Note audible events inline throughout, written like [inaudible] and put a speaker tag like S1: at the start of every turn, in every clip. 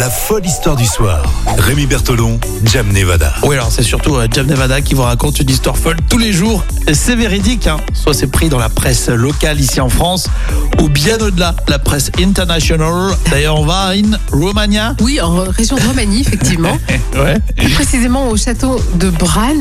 S1: La folle histoire du soir. Rémi Bertolon, Jam Nevada.
S2: Oui, alors c'est surtout euh, Jam Nevada qui vous raconte une histoire folle tous les jours. Et C'est véridique, hein. soit c'est pris dans la presse locale ici en France, ou bien au-delà, la presse internationale. D'ailleurs, on va in Romagna.
S3: Oui, en région de Romanie, effectivement.
S2: [laughs] Ouais.
S3: Plus précisément au château de Bran,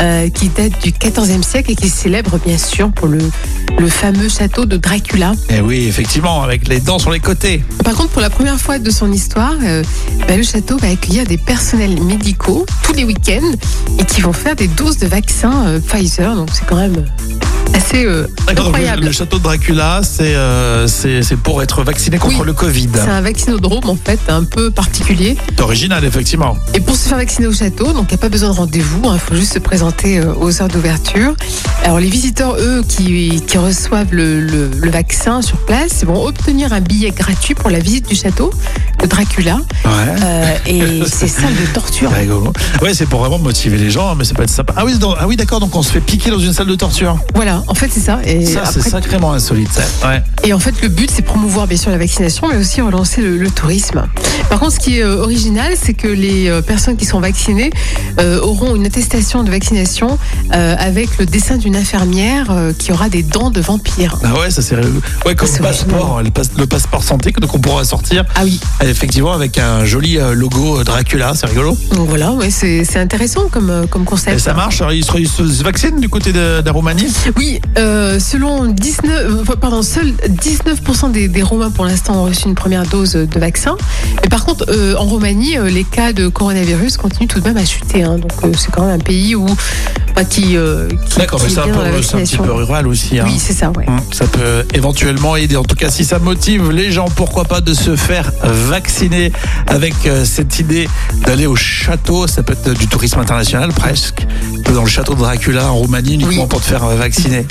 S3: euh, qui date du XIVe siècle et qui est célèbre, bien sûr, pour le, le fameux château de Dracula.
S2: Et Eh oui, effectivement, avec les dents sur les côtés.
S3: Par contre, pour la première fois de son histoire, euh, bah, le château va accueillir des personnels médicaux tous les week-ends et qui vont faire des doses de vaccins euh, Pfizer. Donc, c'est quand même assez euh,
S2: D'accord, donc le,
S3: incroyable.
S2: le château de Dracula, c'est euh, c'est c'est pour être vacciné contre
S3: Oui.
S2: le Covid.
S3: C'est un vaccinodrome, en fait, un peu particulier.
S2: C'est original, effectivement.
S3: Et pour se faire vacciner au château, donc il n'y a pas besoin de rendez-vous, il faut juste se présenter euh, aux heures d'ouverture. Alors les visiteurs, eux, qui, qui reçoivent le, le- le vaccin sur place, vont obtenir un billet gratuit pour la visite du château de Dracula.
S2: Ouais.
S3: Euh,
S2: [laughs]
S3: et c'est ça de torture.
S2: C'est rigolo. Ouais, c'est pour vraiment motiver les gens, mais ça peut être sympa. Ah oui, donc- ah oui d'accord, donc on se fait piquer dans une salle de torture.
S3: Voilà, en fait c'est ça. Et,
S2: ça, c'est
S3: après-
S2: sacrément insolite. ça. Ouais.
S3: et en fait le but c'est promouvoir bien sûr la vaccination, mais aussi relancer le, le tourisme. Par contre, ce qui est euh, original, c'est que les euh, personnes qui sont vaccinées euh, auront une attestation de vaccination euh, avec le dessin d'une infirmière euh, qui aura des dents de vampire.
S2: Ah ouais, ça c'est ouais comme
S3: C'est
S2: passeport, hein, le, passe- le passeport santé que- donc on pourra sortir euh,
S3: Ah oui,
S2: effectivement avec un joli euh, logo euh, Dracula, c'est rigolo.
S3: donc voilà, ouais, c'est c'est intéressant comme, euh, comme concept.
S2: Et ça marche, alors, ils se, ils se vaccinent du côté de, de la Roumanie.
S3: Oui, euh, selon 19, euh, enfin, pardon, seuls 19% des, des Romains pour l'instant ont reçu une première dose euh, de vaccin. Mais par contre, euh, en Roumanie, euh, les cas de coronavirus continuent tout de même à chuter. hein. donc euh, c'est quand même un pays où bah, qui, euh, qui-
S2: D'accord,
S3: qui
S2: mais c'est
S3: est
S2: un,
S3: bien dans la
S2: peu- c'est un petit
S3: vaccination.
S2: peu rural aussi. hein.
S3: Oui, c'est ça. Ouais.
S2: Hein, Ça peut éventuellement aider. En tout cas, si ça motive les gens, pourquoi pas de se faire vacciner avec euh, cette idée d'aller au château. Ça peut être du tourisme international presque. Dans le château de Dracula en Roumanie, uniquement
S3: Oui.
S2: pour te faire euh, vacciner.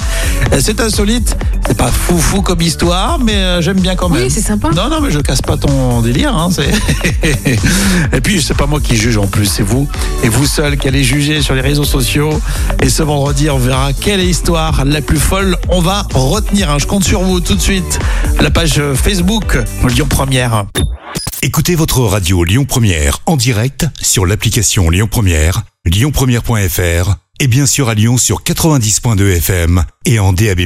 S2: Euh, C'est insolite. C'est pas fou fou comme histoire, mais euh, j'aime bien quand même.
S3: Oui, c'est sympa.
S2: Non, non, mais je casse pas ton délire. hein, c'est- [laughs] et puis, c'est pas moi qui juge en plus, c'est vous. Et vous seul qui allez juger sur les réseaux sociaux. Et ce vendredi, on verra quelle est l'histoire la plus folle. On va retenir. hein. Je compte sur vous tout de suite. La page euh, Facebook Lyon Première.
S1: Écoutez votre radio Lyon Première en direct sur l'application Lyon Première, lyonpremière.fr et bien sûr à Lyon sur 90.2 FM et en DAB+.